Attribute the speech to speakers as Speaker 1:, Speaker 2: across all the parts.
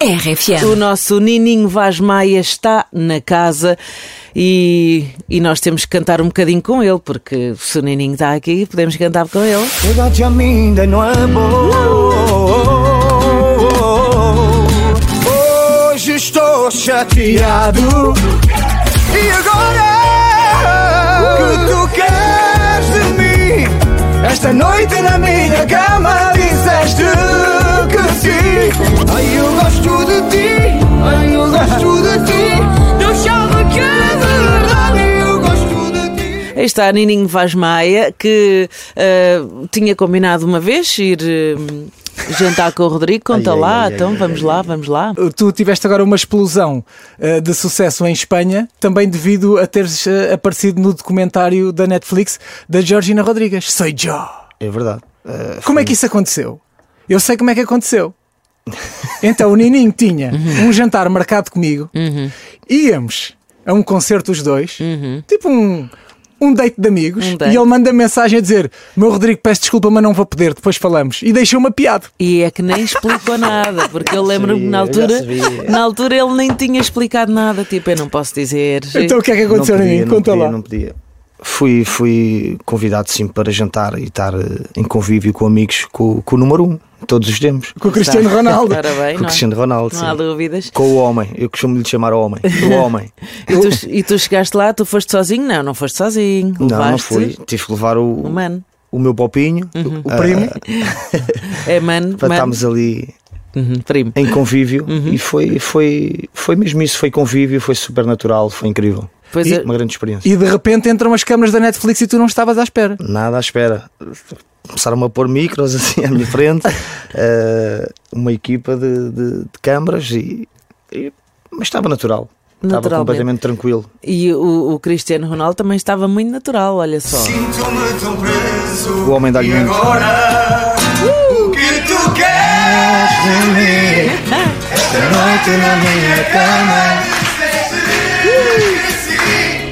Speaker 1: RFM.
Speaker 2: É.
Speaker 3: O nosso Nininho Vaz Maia está na casa e, e nós temos que cantar um bocadinho com ele, porque se o Nininho está aqui, podemos cantar com ele.
Speaker 4: Chegate a mim de novo. Hoje estou chateado. E agora que tu queres de mim? Esta noite na minha cama disseste que sim. Ai, eu gosto de ti. Ai, eu gosto de ti. Eu achava que é verdade. Eu gosto de ti.
Speaker 3: Aí está Nininho Vaz Maia, que eh, tinha combinado uma vez ir eh, jantar com o Rodrigo. Conta
Speaker 2: Ai, ai,
Speaker 3: lá,
Speaker 2: ai,
Speaker 3: então
Speaker 2: ai,
Speaker 3: vamos lá, vamos lá.
Speaker 5: Tu tiveste agora uma explosão eh, de sucesso em Espanha, também devido a teres eh, aparecido no documentário da Netflix da Georgina Rodrigues. Sei Jó.
Speaker 2: É verdade. Eh,
Speaker 5: Como é que isso aconteceu? Eu sei como é que aconteceu. Então o Nininho tinha
Speaker 2: Uhum.
Speaker 5: um jantar marcado comigo, íamos a um concerto os dois,
Speaker 2: Uhum.
Speaker 5: tipo um. Um date de amigos
Speaker 3: Um date.
Speaker 5: e ele manda mensagem a dizer: Meu Rodrigo, peço desculpa, mas não vou poder, depois falamos. E deixou uma piada.
Speaker 3: E é que nem explicou nada, porque eu lembro-me que na
Speaker 2: sabia,
Speaker 3: altura,
Speaker 2: eu já sabia.
Speaker 3: na altura ele nem tinha explicado nada, tipo, eu não posso dizer.
Speaker 5: Então o que é que
Speaker 2: não
Speaker 5: aconteceu,
Speaker 2: podia,
Speaker 5: Nininho?
Speaker 2: não
Speaker 5: Conta
Speaker 2: podia,
Speaker 5: lá.
Speaker 2: Não podia. Fui, fui convidado sim para jantar e estar eh, em convívio com amigos com, com o número um, todos os tempos.
Speaker 5: Com o Cristiano Ronaldo.
Speaker 3: Ora bem,
Speaker 2: com o
Speaker 3: não, é?
Speaker 2: Cristiano Ronaldo,
Speaker 3: não há
Speaker 2: sim.
Speaker 3: dúvidas.
Speaker 2: Com o homem, eu costumo lhe chamar o homem. O homem.
Speaker 3: E tu, e tu chegaste lá, tu foste sozinho? Não, não foste sozinho.
Speaker 2: não, não
Speaker 3: Levaste Uhum.
Speaker 2: fui. Tive que levar o,
Speaker 3: um mano.
Speaker 2: o meu popinho
Speaker 5: O primo.
Speaker 3: É mano,
Speaker 2: para
Speaker 3: mano.
Speaker 2: estarmos ali
Speaker 3: Uhum, primo.
Speaker 2: em convívio
Speaker 3: Uhum.
Speaker 2: e foi, foi, foi mesmo isso, foi convívio, foi super natural, foi incrível.
Speaker 3: Pois é.
Speaker 2: Uma grande experiência.
Speaker 5: E de repente entram as câmaras da Netflix e tu não estavas à espera.
Speaker 2: Nada à espera. Começaram-me a pôr micros assim à minha frente, eh, uma equipa de, de, de câmaras, e, e- mas estava natural. Estava
Speaker 3: Naturalmente.
Speaker 2: completamente tranquilo.
Speaker 3: E o, o Cristiano Ronaldo também estava muito natural, olha só.
Speaker 4: Sinto-me tão preso.
Speaker 2: O homem dá-lhe um-
Speaker 4: E
Speaker 2: muito.
Speaker 4: agora? O que tu queres de mim? Esta noite na minha cama.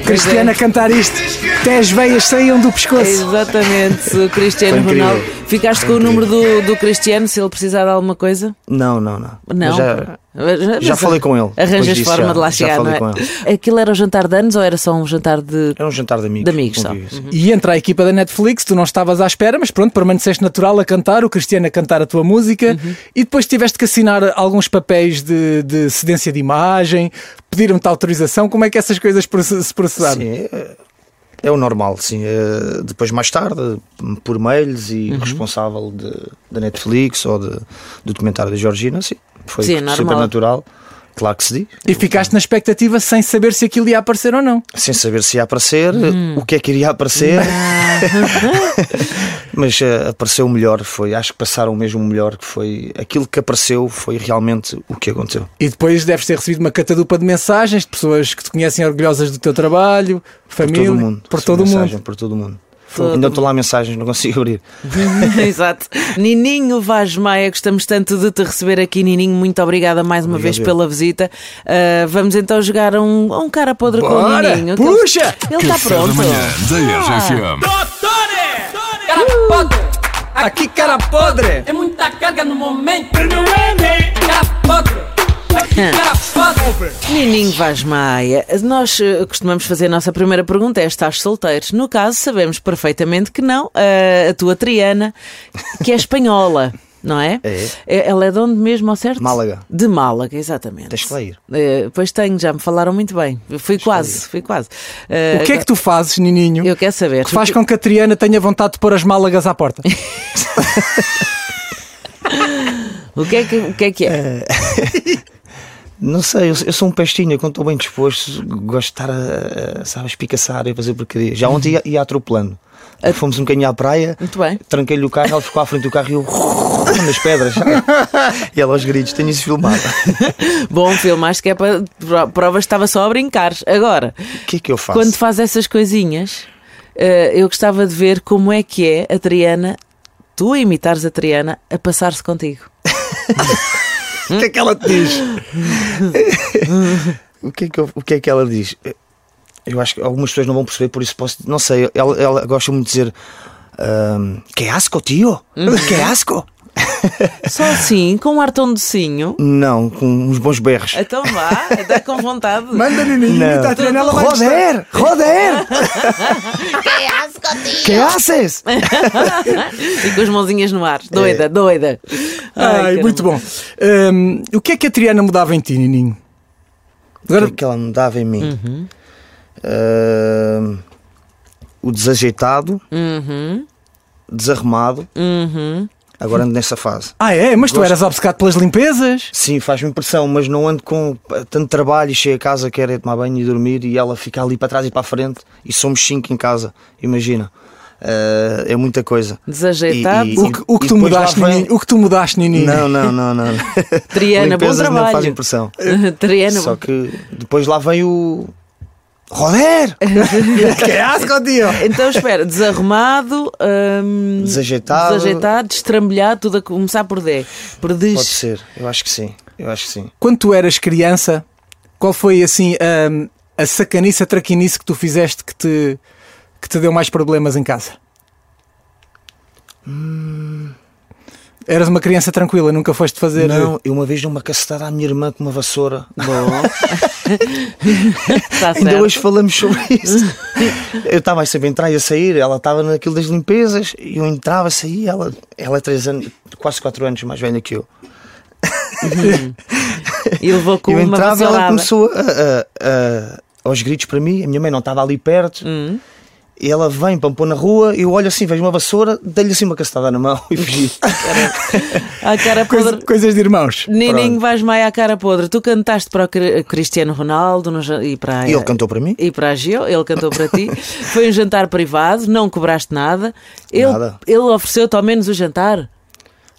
Speaker 5: Cristiana a cantar isto, até as veias saíam do pescoço.
Speaker 3: Exatamente, o Cristiano
Speaker 2: Foi incrível.
Speaker 3: Ronaldo. Ficaste com o número do, do Cristiano se ele precisar de alguma coisa?
Speaker 2: Não, não, não.
Speaker 3: Não.
Speaker 2: Eu Já,
Speaker 3: Mas-
Speaker 2: já
Speaker 3: mas
Speaker 2: falei com ele. Depois
Speaker 3: Arranjas
Speaker 2: disso
Speaker 3: forma
Speaker 2: já-
Speaker 3: de lá
Speaker 2: já
Speaker 3: chegar,
Speaker 2: falei
Speaker 3: não
Speaker 2: com
Speaker 3: é? Aquilo era o jantar de anos ou era só um jantar de.
Speaker 2: era um jantar de amigos.
Speaker 3: De amigos só. Uhum.
Speaker 2: convívio, sim.
Speaker 5: E entra a equipa da Netflix, tu não estavas à espera, mas pronto, permaneceste natural a cantar, o Cristiano a cantar a tua música e depois tiveste que assinar alguns papéis de, de cedência de imagem, pediram-te autorização. Como é que essas coisas proce- se processaram?
Speaker 2: Sim, é, é o normal, sim. É, Depois, mais tarde, por mails e
Speaker 3: Uhum.
Speaker 2: responsável de- da Netflix ou de, do documentário da Georgina, sim. Foi
Speaker 3: Sim, é
Speaker 2: super
Speaker 3: normal.
Speaker 2: natural. Claro que se diz.
Speaker 5: E ficaste na expectativa sem saber se aquilo ia aparecer ou não.
Speaker 2: Sem saber se ia aparecer, o que é que iria aparecer. Mas eh, apareceu o melhor, foi, acho que passaram mesmo o melhor, que foi aquilo que apareceu foi realmente o que aconteceu.
Speaker 5: E depois deves ter recebido uma catadupa de mensagens de pessoas que te conhecem orgulhosas do teu trabalho, família,
Speaker 2: todo o mundo.
Speaker 5: por
Speaker 2: Essa
Speaker 5: todo o
Speaker 2: mensagem,
Speaker 5: mundo.
Speaker 2: Por todo o mundo.
Speaker 3: Todo
Speaker 2: Ainda estou lá mensagens, não consigo abrir.
Speaker 3: Exato. Nininho Vaz Maia, gostamos tanto de te receber aqui, Nininho. Muito obrigada mais uma
Speaker 2: Obrigado,
Speaker 3: vez
Speaker 2: eu.
Speaker 3: pela visita. Ah, vamos então jogar a um, a um cara podre com o
Speaker 5: Bora,
Speaker 3: Nininho.
Speaker 5: puxa!
Speaker 3: Ele está
Speaker 6: Café da
Speaker 3: pronto.
Speaker 6: manhã da RFM.
Speaker 7: Cara podre,
Speaker 5: Aqui, cara podre!
Speaker 7: é muita carga no momento. Cara podre, aqui cara podre.
Speaker 3: Nininho Vaz Maia, nós eh, costumamos fazer a nossa primeira pergunta: é estás solteiro? No caso, sabemos perfeitamente que não. Ah, a tua Triana, que é espanhola, não é?
Speaker 2: É.
Speaker 3: Eh, Ela é de onde mesmo, ao certo?
Speaker 2: Málaga.
Speaker 3: De Málaga, exatamente.
Speaker 2: Tens que lá ir.
Speaker 3: Eh, pois tenho, já me falaram muito bem. Fui quase, fui quase. Eh,
Speaker 5: O que é que tu fazes, Nininho?
Speaker 3: Eu quero saber.
Speaker 5: que faz com que a Triana tenha vontade de pôr as málagas à porta.
Speaker 3: O que é que, o que, é, que
Speaker 5: Eh.
Speaker 3: é?
Speaker 2: Não sei, eu, eu sou um pestinha, quando estou bem disposto, gosto de estar a, a sabe, a espicaçar e a fazer porcaria. Já ontem ia, ia atropelando. Fomos um bocadinho à praia,
Speaker 3: Muito bem.
Speaker 2: tranquei-lhe o carro, ela ficou à frente do carro e eu nas pedras. e ela aos gritos, tenho isso filmado.
Speaker 3: Bom filme, acho que é para pro- provas que estava só a brincar. Agora,
Speaker 2: O que é que eu faço?
Speaker 3: quando faz essas coisinhas, eh, eu gostava de ver como é que é a Triana, tu a imitares a Triana, a passar-se contigo.
Speaker 2: O que é que ela te diz? o, que é que eu- o que é que ela diz? Eu acho que algumas pessoas não vão perceber, por isso posso. Não
Speaker 5: Uhum.
Speaker 2: sei, ela, ela gosta muito de dizer. ahm, que asco, tio! Que asco!
Speaker 3: Só assim, com um ar tão docinho.
Speaker 2: Não, com uns bons berros.
Speaker 3: Então vá, dá com vontade.
Speaker 5: Manda nininho,
Speaker 2: Não.
Speaker 5: está a tirar tá ela vai gostar.
Speaker 2: Roder! Roder! que haces?
Speaker 3: e com as mãozinhas no ar. Doida, doida.
Speaker 5: É. Ai,
Speaker 3: caramba.
Speaker 5: muito bom. Hum, o que é que a Triana mudava em ti, Nininho?
Speaker 2: O que
Speaker 5: Agora, Uhum.
Speaker 2: é que ela me dava em mim? Ah, o desajeitado,
Speaker 3: Uhum,
Speaker 2: desarrumado.
Speaker 3: uhum.
Speaker 2: Agora ando nessa fase.
Speaker 5: ah, é? Mas tu
Speaker 2: Gosto.
Speaker 5: eras obcecado pelas limpezas?
Speaker 2: Sim, faz-me impressão, mas não ando com tanto trabalho e chego a casa, quero é tomar banho e dormir e ela fica ali para trás e para a frente e somos cinco em casa, imagina. Ah, é muita coisa.
Speaker 3: Desajeitado.
Speaker 2: E- e-
Speaker 5: O que, o que
Speaker 2: e
Speaker 5: tu
Speaker 2: depois lá
Speaker 5: mudaste,
Speaker 2: vem-
Speaker 5: Nininho? O que tu mudaste, Nininho?
Speaker 2: Não, não, não, não.
Speaker 3: Triana, bom
Speaker 2: Limpezas não faz
Speaker 3: trabalho.
Speaker 2: impressão.
Speaker 3: Triana,
Speaker 2: Só que depois lá vem o. Roder!
Speaker 5: que asco, tio!
Speaker 3: Então espera, desarrumado, hum,
Speaker 2: Desajeitado.
Speaker 3: desajeitado, destrambulhado, tudo a começar por D. Por des.
Speaker 2: Pode ser, eu acho que sim. Eu acho que sim.
Speaker 5: Quando tu eras criança, qual foi assim hum, a, sacanice, a traquinice que tu fizeste que te, que te deu mais problemas em casa?
Speaker 2: Hum.
Speaker 5: Eras uma criança tranquila, nunca foste fazer.
Speaker 2: Não, eu uma vez dei uma cacetada à minha irmã com uma vassoura.
Speaker 3: Está certo.
Speaker 2: Ainda hoje falamos sobre isso. eu estava a saber entrar e a sair, ela estava naquilo das limpezas, e eu entrava, saía, ela, ela é três anos, quase quatro anos mais velha que eu.
Speaker 3: E levou com
Speaker 2: eu
Speaker 3: uma
Speaker 2: entrava
Speaker 3: vassourada.
Speaker 2: ela começou a, a- a- aos gritos para mim, a minha mãe não estava ali perto,
Speaker 3: Hum.
Speaker 2: e ela vem para me pôr na rua, eu olho assim, vejo uma vassoura, dei-lhe assim uma cacetada na mão e fugi.
Speaker 3: A cara
Speaker 5: Coisa-
Speaker 3: podre.
Speaker 5: coisas de irmãos.
Speaker 3: Nininho vais mais à cara podre. Tu cantaste para o Cri- Cristiano Ronaldo no ja- e para a-
Speaker 2: e ele cantou para mim.
Speaker 3: E para a Gio, ele cantou para ti. Foi um jantar privado, não cobraste nada. Ele,
Speaker 2: Nada.
Speaker 3: ele ofereceu-te ao menos o jantar.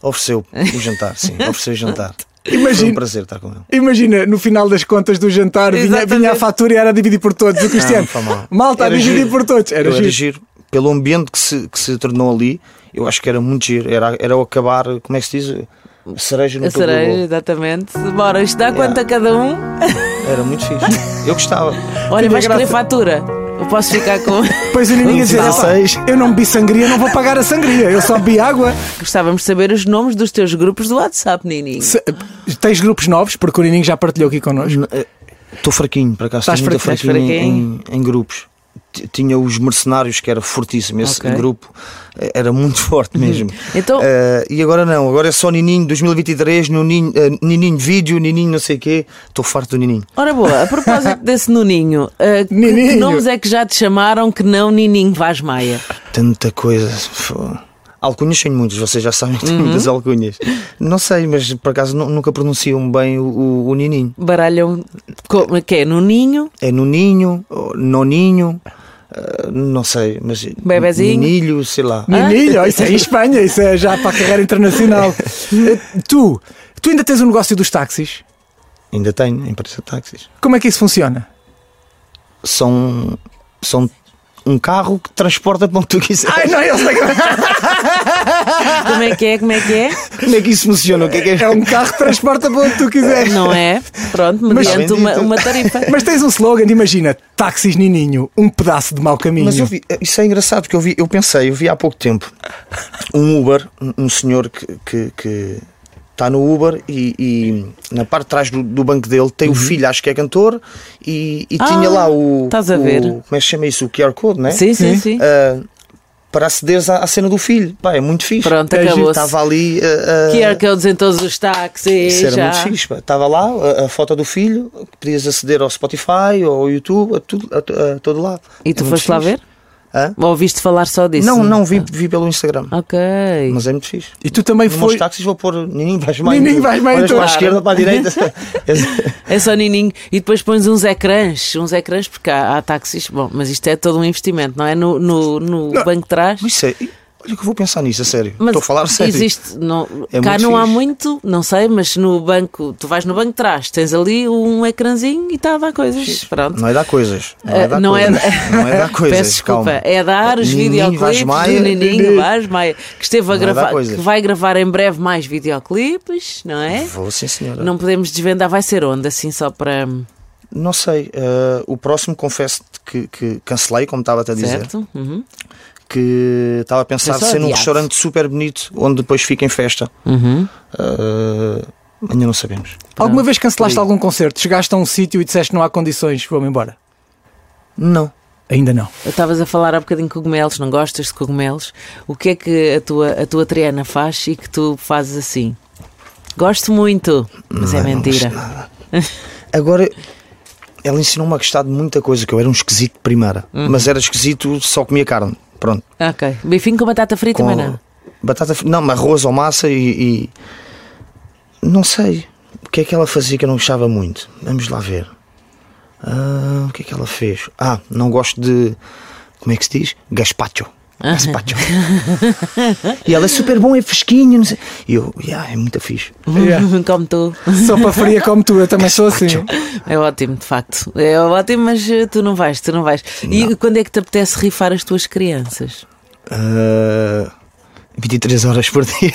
Speaker 2: Ofereceu o jantar, sim, ofereceu o jantar. Foi um
Speaker 5: Imagina,
Speaker 2: prazer estar com ele.
Speaker 5: imagina, no final das contas do jantar vinha,
Speaker 3: Exatamente.
Speaker 5: vinha a fatura e era dividir por todos. O
Speaker 2: Não,
Speaker 5: Cristiano,
Speaker 2: foi mal.
Speaker 5: malta, a
Speaker 2: Era
Speaker 5: dividir
Speaker 2: giro.
Speaker 5: por todos. Era
Speaker 2: Eu
Speaker 5: giro.
Speaker 2: era giro. Pelo ambiente que se, que se tornou ali, eu acho que era muito giro. Era, era o acabar, como é que se diz? A cereja no
Speaker 3: A
Speaker 2: topo do
Speaker 3: cereja,
Speaker 2: bolo.
Speaker 3: exatamente. Bora, isto dá quanto a cada um?
Speaker 2: Era muito fixe. Eu gostava.
Speaker 3: Olha,
Speaker 2: é
Speaker 5: Tinha
Speaker 3: vais querer
Speaker 5: graça.
Speaker 3: fatura? Eu posso ficar com.
Speaker 5: Depois o Nininho a dizer:
Speaker 2: Não.
Speaker 5: "Epá, Eu não bebi sangria, não vou pagar a sangria, eu só bebi água.
Speaker 3: Gostávamos de saber os nomes dos teus grupos do WhatsApp, Nininho.
Speaker 5: Se- tens grupos novos, porque o Nininho já partilhou aqui connosco.
Speaker 2: Estou fraquinho, por acaso.
Speaker 5: Estás
Speaker 2: Estou muito
Speaker 5: fraquinho,
Speaker 2: fraquinho, Em, em grupos. T- Tinha os mercenários, que era fortíssimo. Esse
Speaker 3: Ok.
Speaker 2: grupo eh, era muito forte mesmo.
Speaker 3: Então-
Speaker 2: Eh, e agora não, agora é só Nininho 2023, Nininho, eh, Nininho vídeo, Nininho não sei o quê. Estou farto do Nininho.
Speaker 3: Ora boa, a propósito desse Nuninho, ah, que-
Speaker 5: Nininho.
Speaker 3: que nomes é que já te chamaram que não Nininho Vaz Maia?
Speaker 2: Tanta coisa. fô. Alcunhas tenho muitos, vocês já sabem que tenho muitas alcunhas. Não sei, mas por acaso nu- nunca pronunciam bem o, o, o nininho.
Speaker 3: Baralham como que é Nuninho,
Speaker 2: É noninho, ou noninho, ah, não sei, mas.
Speaker 3: Bebezinho.
Speaker 2: Ninilho, sei lá.
Speaker 5: Nininho, isso é em Espanha, isso é já para a carreira internacional. Eh, tu, tu ainda tens o negócio dos táxis?
Speaker 2: Ainda tenho, empresa de táxis.
Speaker 5: Como é que isso funciona?
Speaker 2: São. São um carro que transporta para onde tu quiser.
Speaker 5: Ai, não, eu sei é que
Speaker 3: como é que é, como é que é?
Speaker 2: Como é que isso funciona? O que é que é?
Speaker 5: é um carro que transporta para onde tu quiseres.
Speaker 3: Não é? Pronto,
Speaker 5: Mas-
Speaker 3: mediante uma, uma tarifa.
Speaker 5: Mas tens um slogan, imagina, táxis Nininho, um pedaço de mau caminho.
Speaker 2: Mas eu vi, isso é engraçado porque eu vi, eu pensei, eu vi há pouco tempo um Uber, um- um senhor que que, que está no Uber e, e na parte de trás do, do banco dele tem o filho, acho que é cantor, e, e
Speaker 3: Uhum. Ah,
Speaker 2: tinha lá o.
Speaker 3: estás a ver.
Speaker 2: o- como é que se chama isso? O QR Code, né?
Speaker 3: Sim, sim,
Speaker 5: Sim.
Speaker 3: sim.
Speaker 2: Ah, para acederes à, à cena do filho. Pá, é muito fixe.
Speaker 3: Pronto,
Speaker 5: é giro,
Speaker 3: acabou-se.
Speaker 2: Estava ali. ah, ah,
Speaker 3: QR codes é em todos os táxis.
Speaker 2: isso era
Speaker 3: já.
Speaker 2: muito fixe, pá. Estava lá a, a foto do filho, que podias aceder ao Spotify, ao YouTube, a, tudo, a- a todo lado.
Speaker 3: E tu
Speaker 2: É muito
Speaker 3: foste lá
Speaker 2: fixe.
Speaker 3: ver? Ah.
Speaker 2: Hã?
Speaker 3: Ou ouviste falar só disso?
Speaker 2: Não, não, vi, vi pelo Instagram.
Speaker 3: Ok.
Speaker 2: Mas é muito fixe.
Speaker 5: E tu também
Speaker 2: Nos meus
Speaker 5: foi.
Speaker 2: táxis vou pôr Nininho vais mais.
Speaker 5: Nininho vais mais
Speaker 2: Olhas
Speaker 5: em
Speaker 2: para a
Speaker 5: todo.
Speaker 2: esquerda, para a direita.
Speaker 3: É só nininho. E depois pões uns ecrãs. Uns ecrãs, porque há, há táxis. Bom, mas isto é todo um investimento, não é? No, no, no banco de trás.
Speaker 2: Mas isso é- Olha que eu vou pensar nisso, a sério.
Speaker 3: Mas
Speaker 2: Estou a falar a sério.
Speaker 3: Existe, não,
Speaker 2: É
Speaker 3: cá
Speaker 2: muito
Speaker 3: não há
Speaker 2: fixe.
Speaker 3: muito, não sei, mas no banco, tu vais no banco de trás, tens ali um ecrãzinho e está a dar coisas. Pronto.
Speaker 2: Não é dar coisas. Não é
Speaker 3: Ah,
Speaker 2: dar
Speaker 3: não é-
Speaker 2: coisas. Não é dar coisas.
Speaker 3: Peço desculpa,
Speaker 2: calma.
Speaker 3: é dar os
Speaker 2: Nininho
Speaker 3: videoclipes
Speaker 2: Vaz Maia,
Speaker 3: do Nininho Vaz Maia, que esteve a
Speaker 2: Não é dar
Speaker 3: gravar, que
Speaker 2: coisas.
Speaker 3: vai gravar em breve mais videoclipes, não é?
Speaker 2: Vou, sim, senhora.
Speaker 3: Não
Speaker 2: Não,
Speaker 3: podemos desvendar, vai ser onde, assim só para.
Speaker 2: eh, sei. ah, o próximo confesso que, que cancelei, como estava-te a dizer.
Speaker 3: Certo? Uhum.
Speaker 2: que estava a pensar
Speaker 3: Pensou
Speaker 2: ser num
Speaker 3: adiado.
Speaker 2: restaurante super bonito onde depois fica em festa.
Speaker 3: Uhum.
Speaker 2: Ah, ainda não sabemos.
Speaker 5: Alguma vez cancelaste algum concerto? Chegaste a um sítio e disseste não há condições, vou-me embora?
Speaker 2: Não.
Speaker 5: Ainda não.
Speaker 3: Eu Estavas a falar há bocadinho de cogumelos, não gostas de cogumelos. O que é que a tua, a tua triana faz e que tu fazes assim? Gosto muito, mas é
Speaker 2: Não, não
Speaker 3: mentira.
Speaker 2: gosto nada. Agora, ela ensinou-me a gostar de muita coisa, que eu era um esquisito de primeira, mas era esquisito, só comia carne. Pronto.
Speaker 3: ok. Bifinho com batata frita, mas não.
Speaker 2: batata frita, não, mas arroz ou massa e, e- Não sei. O que é que ela fazia que eu não gostava muito? Vamos lá ver. Ah, o que é que ela fez? Ah, não gosto de. Como é que se diz? Gaspacho. Gaspacho. e ela é super bom, é fresquinho. Não sei. E eu, yeah, é muito fixe.
Speaker 5: Yeah.
Speaker 3: Como tu.
Speaker 5: Sopa fria como tu, eu também sou assim.
Speaker 3: É ótimo, de facto. É ótimo, mas eh, tu não vais, tu não vais. E quando é que te apetece rifar as tuas crianças?
Speaker 2: Ah, 23 horas por dia.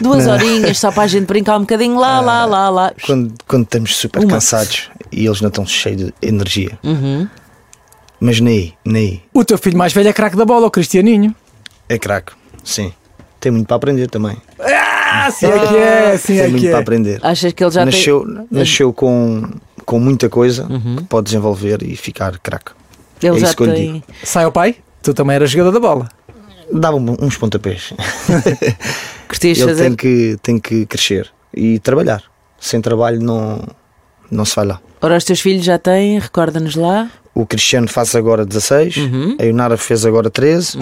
Speaker 3: Duas horinhas só para a gente brincar um bocadinho lá, lá, lá, lá.
Speaker 2: Ah, quando, quando estamos super
Speaker 3: Uma.
Speaker 2: cansados e eles não estão cheios de energia.
Speaker 5: Uhum.
Speaker 2: Mas nem, nem.
Speaker 5: O teu filho mais velho é craque da bola, o Cristianinho.
Speaker 2: É craque, sim. Tem muito para aprender também.
Speaker 5: Ah, sim é que é, sim
Speaker 2: Tem
Speaker 5: é
Speaker 2: muito
Speaker 5: que
Speaker 2: para
Speaker 5: é.
Speaker 2: aprender.
Speaker 3: Achas que ele já tem.
Speaker 2: nasceu nasceu com, com muita coisa
Speaker 5: Uhum.
Speaker 2: que pode desenvolver e ficar craque.
Speaker 3: Ele
Speaker 2: é
Speaker 3: já
Speaker 2: isso que eu lhe
Speaker 3: tem.
Speaker 5: Sai ao pai? Tu também eras jogador da bola.
Speaker 2: Dava um, uns pontapés.
Speaker 3: Curtias
Speaker 2: Ele
Speaker 3: fazer.
Speaker 2: tem que, tem que crescer e trabalhar. Sem trabalho não, não se vai lá.
Speaker 3: Ora, os teus filhos já têm, recorda-nos lá.
Speaker 2: O Cristiano faz agora 16,
Speaker 5: Uhum.
Speaker 2: a Ionara fez agora 13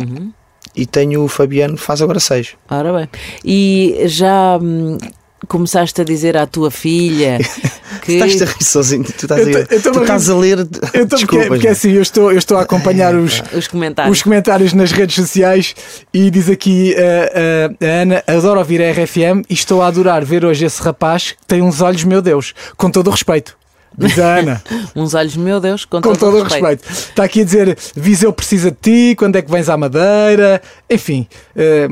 Speaker 2: e tenho o Fabiano faz agora 6.
Speaker 3: Ora bem. E já hum, começaste a dizer à tua filha que.
Speaker 2: Estás a rir sozinho, tu estás,
Speaker 5: Eu
Speaker 2: a,
Speaker 5: tô- eu tô-me
Speaker 2: tu
Speaker 5: a
Speaker 2: estás
Speaker 5: rir.
Speaker 2: a ler.
Speaker 5: Eu tô- porque,
Speaker 2: Desculpas,
Speaker 5: porque
Speaker 2: não.
Speaker 5: assim, eu estou, eu estou a acompanhar os,
Speaker 3: Os comentários.
Speaker 5: os comentários nas redes sociais e diz aqui eh, eh, a Ana: adoro ouvir a RFM e estou a adorar ver hoje esse rapaz que tem uns olhos, meu Deus, com todo o respeito. Diz a Ana,
Speaker 3: Uns olhos, meu Deus, com,
Speaker 5: com todo o respeito. Está aqui a dizer: Viseu precisa de ti, quando é que vens à Madeira? Enfim, eh,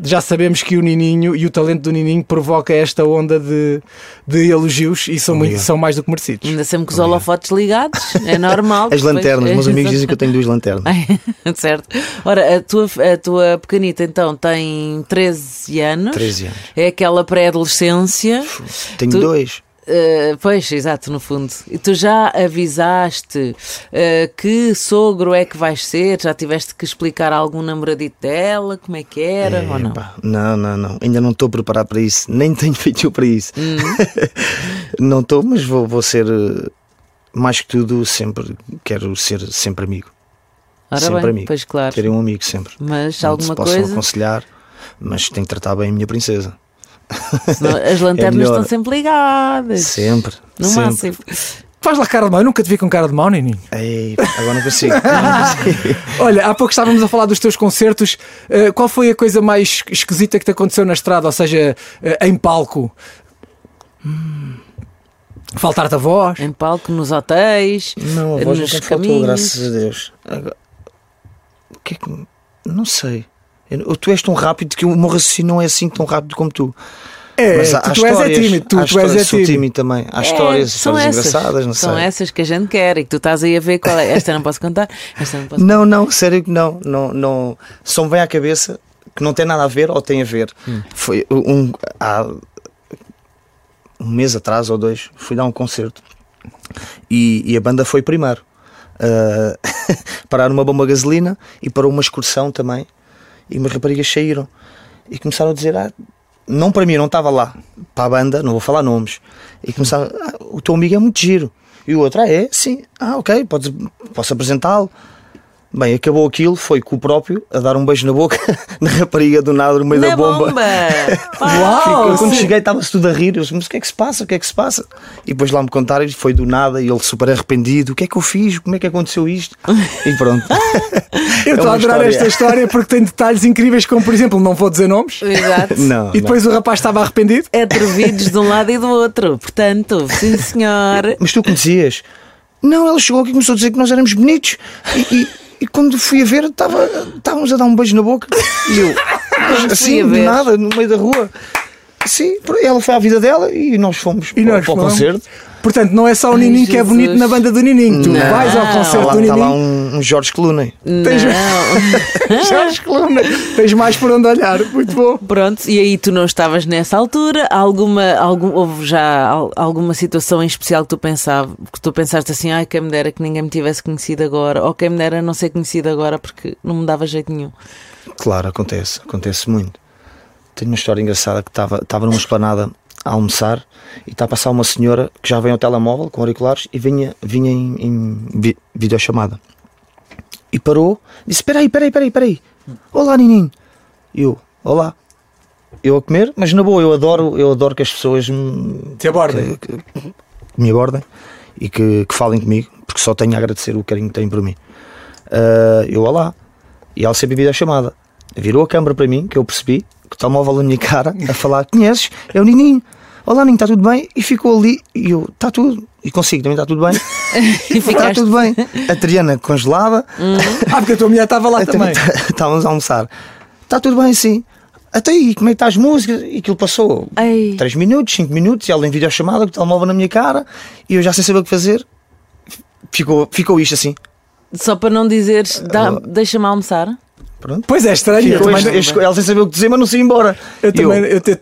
Speaker 5: já sabemos que o Nininho e o talento do Nininho provoca esta onda de, de elogios e são, muito, são mais do que merecidos.
Speaker 3: Ainda sempre com os holofotes ligados, é normal.
Speaker 2: As
Speaker 3: depois-
Speaker 2: lanternas,
Speaker 5: é.
Speaker 2: meus amigos dizem que eu tenho duas lanternas.
Speaker 3: Ai, certo. Ora, a tua, a tua pequenita então tem 13 anos.
Speaker 2: 13 anos.
Speaker 3: É aquela pré-adolescência.
Speaker 2: Tenho
Speaker 3: Tu-
Speaker 2: dois.
Speaker 3: Eh, pois, exato, no fundo. E tu já avisaste eh, que sogro é que vais ser? Já tiveste que explicar a algum namoradito dela? Como é que era? ou não?
Speaker 2: Epá, não, não, não. Ainda não estou preparado para isso. Nem tenho feito para isso.
Speaker 5: Hum.
Speaker 2: não estou, mas vou, vou ser. eh, Mais que tudo, sempre quero ser sempre amigo.
Speaker 3: Ora
Speaker 2: sempre
Speaker 3: bem,
Speaker 2: amigo.
Speaker 3: pois claro.
Speaker 2: Terem um amigo sempre.
Speaker 3: Mas
Speaker 2: Onde se
Speaker 3: alguma
Speaker 2: possam
Speaker 3: coisa.
Speaker 2: aconselhar, mas tenho que tratar bem a minha princesa.
Speaker 3: senão As lanternas
Speaker 2: É melhor.
Speaker 3: estão sempre ligadas.
Speaker 2: Sempre.
Speaker 3: No
Speaker 2: sempre.
Speaker 3: máximo.
Speaker 5: Faz lá cara de mau, eu nunca te vi com cara de mau, Nininho.
Speaker 2: Ei, agora não consigo. Não consigo.
Speaker 5: Olha, há pouco estávamos a falar dos teus concertos. Eh, qual foi a coisa mais esquisita que te aconteceu na estrada, ou seja, eh, em palco? Hum, Faltar-te a voz?
Speaker 3: Em palco, nos hotéis,
Speaker 2: Não, a voz
Speaker 3: nos
Speaker 2: nunca faltou,
Speaker 3: caminhos.
Speaker 2: graças a Deus. Agora, o que é que. Não sei. Eu, eu- tu és tão rápido que o meu raciocínio não é assim tão rápido como tu.
Speaker 5: É,
Speaker 2: há-
Speaker 5: tu,
Speaker 2: há
Speaker 5: tu és é
Speaker 2: histórias,
Speaker 5: tímido, tu,
Speaker 2: há
Speaker 5: tu és
Speaker 2: histórias-
Speaker 5: é
Speaker 2: sou
Speaker 5: tímido.
Speaker 2: tímido também. Há
Speaker 3: É,
Speaker 2: histórias,
Speaker 3: são
Speaker 2: histórias
Speaker 3: essas.
Speaker 2: engraçadas, não
Speaker 3: São
Speaker 2: sei.
Speaker 3: essas que a gente quer e que tu estás aí a ver qual é. Esta não posso contar, esta não posso
Speaker 2: Não, não, sério que não, não, não. Só me vem à cabeça que não tem nada a ver ou tem a ver. Foi um. Há um mês atrás ou dois, fui dar um concerto e, e a banda foi primeiro. Ah, parar numa bomba de gasolina e parou uma excursão também. E umas raparigas saíram e começaram a dizer: ah, não para mim, eu não estava lá, para a banda, não vou falar nomes. E começaram: ah, o teu amigo é muito giro. E o outro: ah, é? Sim, ah, ok, podes, posso apresentá-lo. Bem, acabou aquilo, foi com o próprio a dar um beijo na boca na rapariga do nada no meio
Speaker 3: Na
Speaker 2: da
Speaker 3: bomba!
Speaker 2: Ficou-
Speaker 3: Uau!
Speaker 2: quando cheguei estava-se tudo a rir. Eu disse, mas o que é que se passa? O que é que se passa? E depois lá me contaram e foi do nada e ele super arrependido. O que é que eu fiz? Como é que aconteceu isto? E pronto.
Speaker 3: Ah.
Speaker 5: Eu
Speaker 2: É
Speaker 5: estou a
Speaker 2: uma história.
Speaker 5: adorar esta história porque tem detalhes incríveis, como por exemplo, não vou dizer nomes,
Speaker 3: Exato.
Speaker 2: Não,
Speaker 5: e depois o rapaz estava arrependido.
Speaker 3: Atrevidos de um lado e do outro. Portanto, sim senhor.
Speaker 2: não. Mas tu conhecias? Não, ele chegou aqui e começou a dizer que nós éramos bonitos. E, e- e quando fui a ver, estava- estávamos a dar um beijo na boca. E eu, mas assim,
Speaker 3: a
Speaker 2: do
Speaker 3: ver.
Speaker 2: nada, no meio da rua. Sim, ela foi à vida dela e nós fomos para,
Speaker 5: E nós
Speaker 2: para o
Speaker 5: falamos.
Speaker 2: concerto.
Speaker 5: Portanto, não é só o Nininho que é
Speaker 3: Jesus.
Speaker 5: bonito na banda do Nininho. Tu
Speaker 3: Não.
Speaker 5: vais ao
Speaker 3: Tá
Speaker 5: concerto
Speaker 2: lá-
Speaker 5: do
Speaker 2: tá lá
Speaker 5: Nininho
Speaker 2: um- um um Jorge Clooney.
Speaker 5: Tens,
Speaker 3: Não.
Speaker 5: Jorge Coluna, tens mais por onde olhar. Muito bom.
Speaker 3: Pronto, e aí tu não estavas nessa altura? Alguma, algum, houve já al- alguma situação em especial que tu pensava, que tu pensaste assim, ai, quem me dera que ninguém me tivesse conhecido agora, ou quem me dera não ser conhecido agora porque não me dava jeito nenhum.
Speaker 2: Claro, acontece, acontece muito. Tenho uma história engraçada que estava, estava numa esplanada a almoçar e está a passar uma senhora que já vem ao telemóvel com auriculares e vinha, vinha em, em vi- videochamada. E parou, disse: Espera aí, espera aí, espera aí, espera aí. Olá, Nininho. E Eu, olá. Eu a comer, mas na boa, eu adoro, eu adoro que as pessoas me,
Speaker 5: Te abordem.
Speaker 2: que, que- que me abordem e que, que falem comigo, porque só tenho a agradecer o carinho que têm por mim. Ah, eu olá. E ela sempre viu a chamada. Virou a câmara para mim, que eu percebi, que está móvel na minha cara, a falar: Conheces? É o Nininho. Olá, Nininho, está tudo bem? E ficou ali, e eu: Está tudo. E consigo, também está tudo bem.
Speaker 3: E
Speaker 2: Está
Speaker 3: ficaste.
Speaker 2: Tá tudo bem. A Triana congelada,
Speaker 5: Ah, porque a tua mulher estava lá
Speaker 2: até
Speaker 5: também.
Speaker 2: Estávamos a almoçar. Está tudo bem, sim. Até aí, como é que está as músicas? E aquilo passou
Speaker 3: Ai.
Speaker 2: 3 minutos, 5 minutos, e ela em videochamada, com o telemóvel na minha cara, e eu já sem saber o que fazer. Ficou, ficou isto assim.
Speaker 3: Só para não dizeres, dá- deixa-me almoçar.
Speaker 2: Pronto.
Speaker 5: Pois é, estranho. Eu
Speaker 2: Ficou
Speaker 5: também,
Speaker 2: este, este- ela sem saber o que dizer, mas não se ia embora.
Speaker 5: eu
Speaker 2: E
Speaker 5: também, eu te-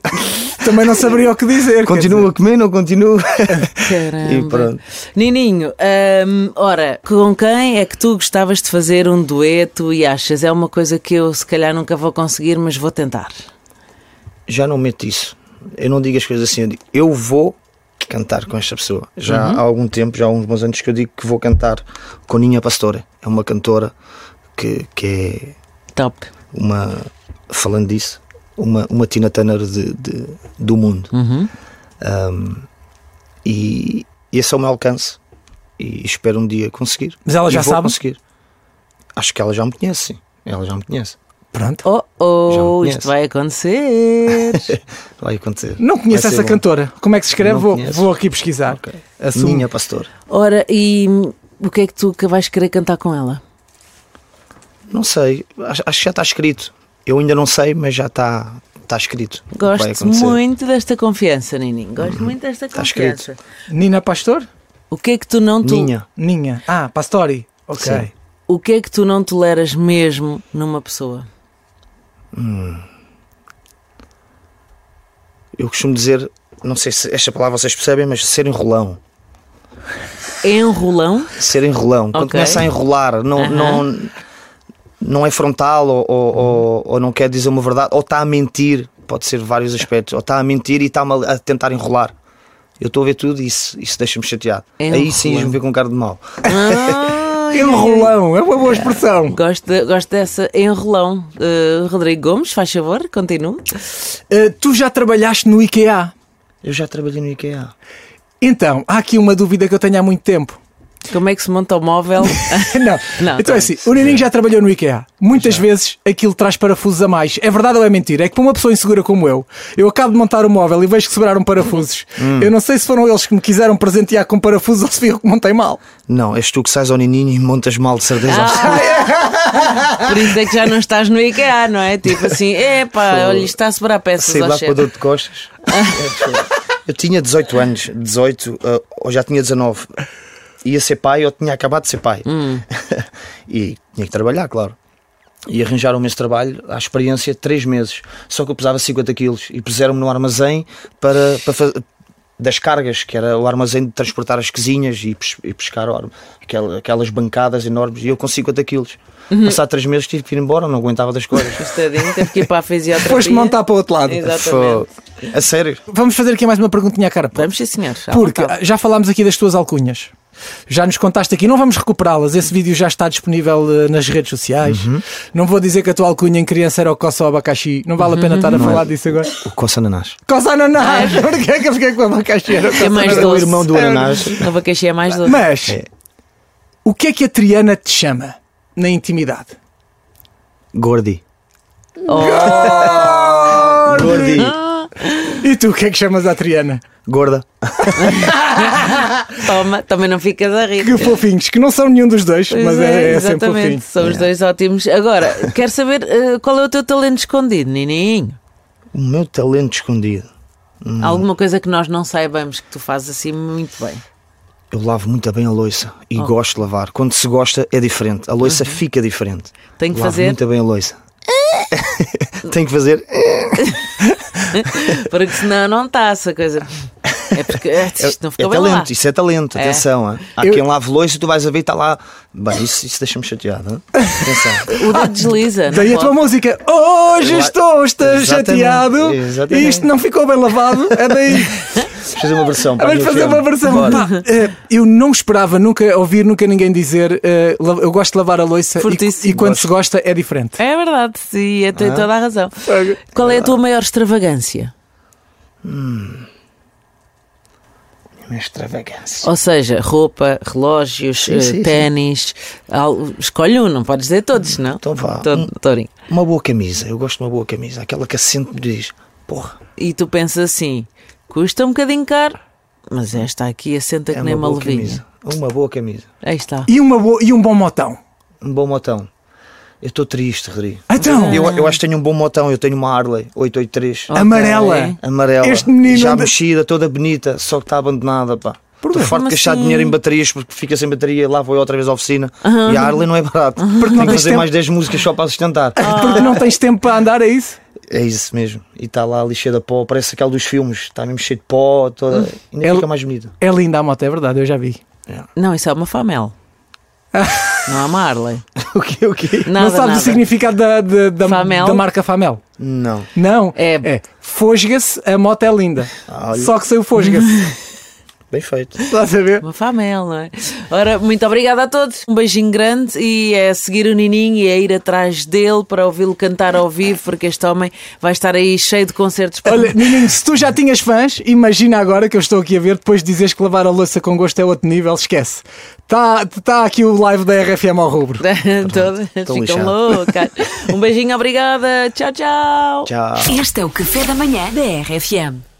Speaker 5: também não saberia o que é dizer. quer
Speaker 2: continuo a comer, não continuo.
Speaker 3: Caramba.
Speaker 2: E pronto.
Speaker 3: Nininho, hum, ora, com quem é que tu gostavas de fazer um dueto e achas é uma coisa que eu se calhar nunca vou conseguir, mas vou tentar?
Speaker 2: já não meto isso. Eu não digo as coisas assim, eu digo, eu vou cantar com esta pessoa. Já
Speaker 5: Uhum.
Speaker 2: há algum tempo, já há uns bons anos que eu digo que vou cantar com Ninha Pastora. É uma cantora que, que
Speaker 3: Top.
Speaker 2: é uma, falando disso, uma, uma Tina Turner de, de- do mundo. Um, e esse é o meu alcance. E espero um dia conseguir.
Speaker 5: Mas ela
Speaker 2: E
Speaker 5: já
Speaker 2: vou
Speaker 5: sabe?
Speaker 2: conseguir. Acho que ela já me conhece, sim. Ela já me conhece.
Speaker 5: dizer. Pronto.
Speaker 3: Oh,
Speaker 2: Já me
Speaker 3: oh,
Speaker 2: conheces.
Speaker 3: isto vai acontecer.
Speaker 2: Vai acontecer.
Speaker 5: Não conheço
Speaker 2: Vai ser
Speaker 5: essa
Speaker 2: bom.
Speaker 5: cantora. Como é que se escreve?
Speaker 2: Não
Speaker 5: Vou,
Speaker 2: conheço.
Speaker 5: vou aqui pesquisar. Assumo.
Speaker 2: Ninha Pastora.
Speaker 3: Ora, e hum, o que é que tu que vais querer cantar com ela?
Speaker 2: Não sei, acho, acho que já está escrito. Eu ainda não sei, mas já está, está escrito. o que vai
Speaker 3: Gosto
Speaker 2: acontecer. Uhum. Tá
Speaker 3: muito desta confiança, Nininho. Gosto muito desta
Speaker 2: Está
Speaker 3: confiança.
Speaker 5: Nina Pastor?
Speaker 3: O que é que tu não tu,
Speaker 2: Ninha.
Speaker 5: Ninha. Ah, Pastori. Ok.
Speaker 2: Sim.
Speaker 3: o que é que tu não toleras mesmo numa pessoa?
Speaker 2: Eu costumo dizer, não sei se esta palavra vocês percebem, mas ser enrolão.
Speaker 3: Enrolão?
Speaker 2: Ser enrolão. Quando
Speaker 3: Ok.
Speaker 2: começa a enrolar, não, não, não é frontal ou, ou- ou- ou não quer dizer uma verdade, ou está a mentir, pode ser vários aspectos, ou está a mentir e está a tentar enrolar. Eu estou a ver tudo e isso, isso deixa-me chateado. Aí sim,
Speaker 3: Enrolão.
Speaker 2: me ver com cara de mau.
Speaker 3: Ai,
Speaker 5: Enrolão. É uma boa expressão.
Speaker 3: Gosto, de- gosto dessa enrolão. Uh, Rodrigo Gomes, faz favor, continue.
Speaker 5: Ah, tu já trabalhaste no IKEA?
Speaker 2: Eu já trabalhei no IKEA.
Speaker 5: Então, há aqui uma dúvida que eu tenho há muito tempo.
Speaker 3: Como é que se monta o móvel?
Speaker 5: Não.
Speaker 3: Não,
Speaker 5: então é assim, o Nininho já trabalhou no IKEA. Muitas vezes aquilo traz parafusos a mais. É verdade ou é mentira? É que para uma pessoa insegura como eu, eu acabo de montar o móvel e vejo que sobraram parafusos.
Speaker 3: Hum.
Speaker 5: Eu não sei se foram eles que me quiseram presentear com parafusos ou se fui eu que montei mal.
Speaker 2: Não, és tu que sais ao nininho e montas mal de certeza
Speaker 5: Ah.
Speaker 3: Ah.
Speaker 2: absoluta.
Speaker 3: Por isso é que já não estás no IKEA, não é? Tipo assim, epá, olha, isto está a sobrar peças
Speaker 2: Sei
Speaker 3: ao
Speaker 2: lá com a
Speaker 3: chefe.
Speaker 2: dor de costas. Eu tinha 18 anos, 18, eh, ou já tinha 19. Ia ser pai ou tinha acabado de ser pai. e tinha que trabalhar, claro. E arranjaram-me esse trabalho à experiência de 3 meses. Só que eu pesava 50 quilos e puseram-me no armazém para, para fa- das cargas, que era o armazém de transportar as cozinhas e, pes- e pescar o arm- aquela- aquelas bancadas enormes. E eu com 50 quilos. Passado 3 meses tive que ir embora, não aguentava das coisas.
Speaker 3: Tadinho, teve que ir para a fisioterapia.
Speaker 5: Depois de montar para o outro lado.
Speaker 3: Exatamente.
Speaker 2: Fo- A sério?
Speaker 5: Vamos fazer aqui mais uma perguntinha à cara. pá.
Speaker 3: Vamos sim, senhor. à
Speaker 5: Porque
Speaker 3: vontade.
Speaker 5: já falámos aqui das tuas alcunhas. Já nos contaste aqui, não vamos recuperá-las. Esse vídeo já está disponível eh, nas redes sociais.
Speaker 3: Uhum.
Speaker 5: Não vou dizer que a tua alcunha em criança era o coça ao abacaxi. Não
Speaker 3: Uhum.
Speaker 5: vale a pena estar a falar disso agora.
Speaker 2: O coça ananás.
Speaker 5: Coça ananás! Porquê é que eu fiquei com o abacaxi? Era o coça
Speaker 3: É mais
Speaker 5: ananás.
Speaker 2: É o
Speaker 3: doce.
Speaker 2: irmão do ananás.
Speaker 3: Não vou queixar mais doce.
Speaker 5: Mas o que é que a Triana te chama na intimidade?
Speaker 2: Gordi. Gordi.
Speaker 3: Ah.
Speaker 5: E tu o que é que chamas à Triana?
Speaker 2: Gorda.
Speaker 3: Toma, também não ficas a rir.
Speaker 5: Que fofinhos, que não são nenhum dos dois,
Speaker 3: Pois
Speaker 5: mas é, é sempre
Speaker 3: exatamente.
Speaker 5: fofinho.
Speaker 3: São os dois ótimos. Agora, quero saber eh, qual é o teu talento escondido, Nininho.
Speaker 2: O meu talento escondido.
Speaker 3: Alguma coisa que nós não saibamos que tu fazes assim muito bem.
Speaker 2: Eu lavo muito bem a loiça e
Speaker 3: Oh.
Speaker 2: gosto de lavar. Quando se gosta é diferente. A loiça fica diferente.
Speaker 3: Uhum. Tem que
Speaker 2: lavo
Speaker 3: fazer.
Speaker 2: muito bem a loiça. Tenho que fazer.
Speaker 3: Porque senão não está essa coisa. É porque eh, isto não
Speaker 2: É
Speaker 3: ficou bem lá.
Speaker 2: talento, isso é talento,
Speaker 3: É.
Speaker 2: atenção. hã? Há
Speaker 5: Eu-
Speaker 2: quem lava loiça e tu vais a ver e está lá. Bem, isso, isso deixa-me chateado. hã? Atenção.
Speaker 3: O dedo desliza. não
Speaker 5: Daí a
Speaker 3: pode.
Speaker 5: tua música. Hoje
Speaker 2: Eu-
Speaker 5: estou esta-
Speaker 2: Exatamente,
Speaker 5: chateado
Speaker 2: exatamente.
Speaker 5: e isto não ficou bem lavado. É daí.
Speaker 2: Vamos fazer uma versão. para a
Speaker 5: Vamos
Speaker 2: minha
Speaker 5: fazer
Speaker 2: filme.
Speaker 5: uma versão.
Speaker 2: Bora.
Speaker 5: Pá, eh, eu não esperava nunca ouvir nunca ninguém dizer eh, la- eu gosto de lavar a louça e,
Speaker 3: Fortíssimo.
Speaker 5: e quando se gosta é diferente.
Speaker 3: É verdade, e é-
Speaker 2: Ah.
Speaker 3: tem toda a razão. Qual é a tua maior extravagância?
Speaker 2: Uma extravagância.
Speaker 3: Ou seja, roupa, relógios, eh,
Speaker 2: sim, sim.
Speaker 3: ténis. al- Escolhe um, não podes dizer todos, não?
Speaker 2: Então vá.
Speaker 3: Tô-
Speaker 2: um-
Speaker 3: tô a brincar.
Speaker 2: Uma boa camisa, eu gosto de uma boa camisa. Aquela que assente me diz: porra,
Speaker 3: E tu pensas assim: custa um bocadinho caro, mas esta aqui assenta que
Speaker 2: é
Speaker 3: nem
Speaker 2: uma
Speaker 3: uma
Speaker 2: boa
Speaker 3: levinha.
Speaker 2: camisa. Uma boa camisa.
Speaker 3: Aí está.
Speaker 5: E, uma boa- e um bom motão.
Speaker 2: Um bom motão. Eu estou triste, Rodrigo.
Speaker 5: Então,
Speaker 2: Eu, eu acho que tenho um bom motão, eu tenho uma Harley 883.
Speaker 3: Ok.
Speaker 5: amarela.
Speaker 2: Amarela,
Speaker 5: Ah. Este menino
Speaker 2: já
Speaker 5: anda-
Speaker 2: mexida, toda bonita, só que está abandonada, pá. Estou
Speaker 5: Porquê?
Speaker 2: forte de
Speaker 3: Como
Speaker 2: gastar
Speaker 3: assim?
Speaker 2: dinheiro em baterias porque fica sem bateria, lá vou eu outra vez à oficina. E a Harley não é barato.
Speaker 5: não
Speaker 2: Tenho que
Speaker 5: tens
Speaker 2: fazer
Speaker 5: tempo.
Speaker 2: mais 10 músicas só para sustentar.
Speaker 3: Ah.
Speaker 5: Porque não tens tempo para andar, é isso?
Speaker 2: É isso mesmo. E está lá lixeira de pó, parece aquela dos filmes, está mesmo cheio de pó, toda. ainda
Speaker 5: É-
Speaker 2: fica mais bonita.
Speaker 5: É linda a moto, é verdade, eu já vi.
Speaker 3: Não, isso é uma famel. não é uma Harley.
Speaker 2: o quê? O quê?
Speaker 3: Nada,
Speaker 5: não sabes
Speaker 3: nada.
Speaker 5: o significado da, da, da-
Speaker 3: Famel?
Speaker 5: da marca Famel?
Speaker 2: Não.
Speaker 5: Não.
Speaker 3: É-
Speaker 5: Fosga-se, a moto é linda.
Speaker 2: Olha.
Speaker 5: Só que sem o fosga-se.
Speaker 2: Bem feito.
Speaker 5: Estás a ver?
Speaker 3: Uma famel, não é? Ora, muito obrigada a todos. Um beijinho grande e é seguir o Nininho e é ir atrás dele para ouvi-lo cantar ao vivo, porque este homem vai estar aí cheio de concertos para
Speaker 5: Olha, menino, se tu já tinhas fãs, imagina agora que eu estou aqui a ver, depois de dizeres que lavar a louça com gosto é outro nível, esquece. Está tá aqui o live da RFM ao rubro.
Speaker 3: Todas
Speaker 2: estou
Speaker 3: ficam
Speaker 2: lixado.
Speaker 3: loucas. Um beijinho, obrigada. Tchau, tchau.
Speaker 2: Tchau.
Speaker 1: Este é o café da manhã da RFM.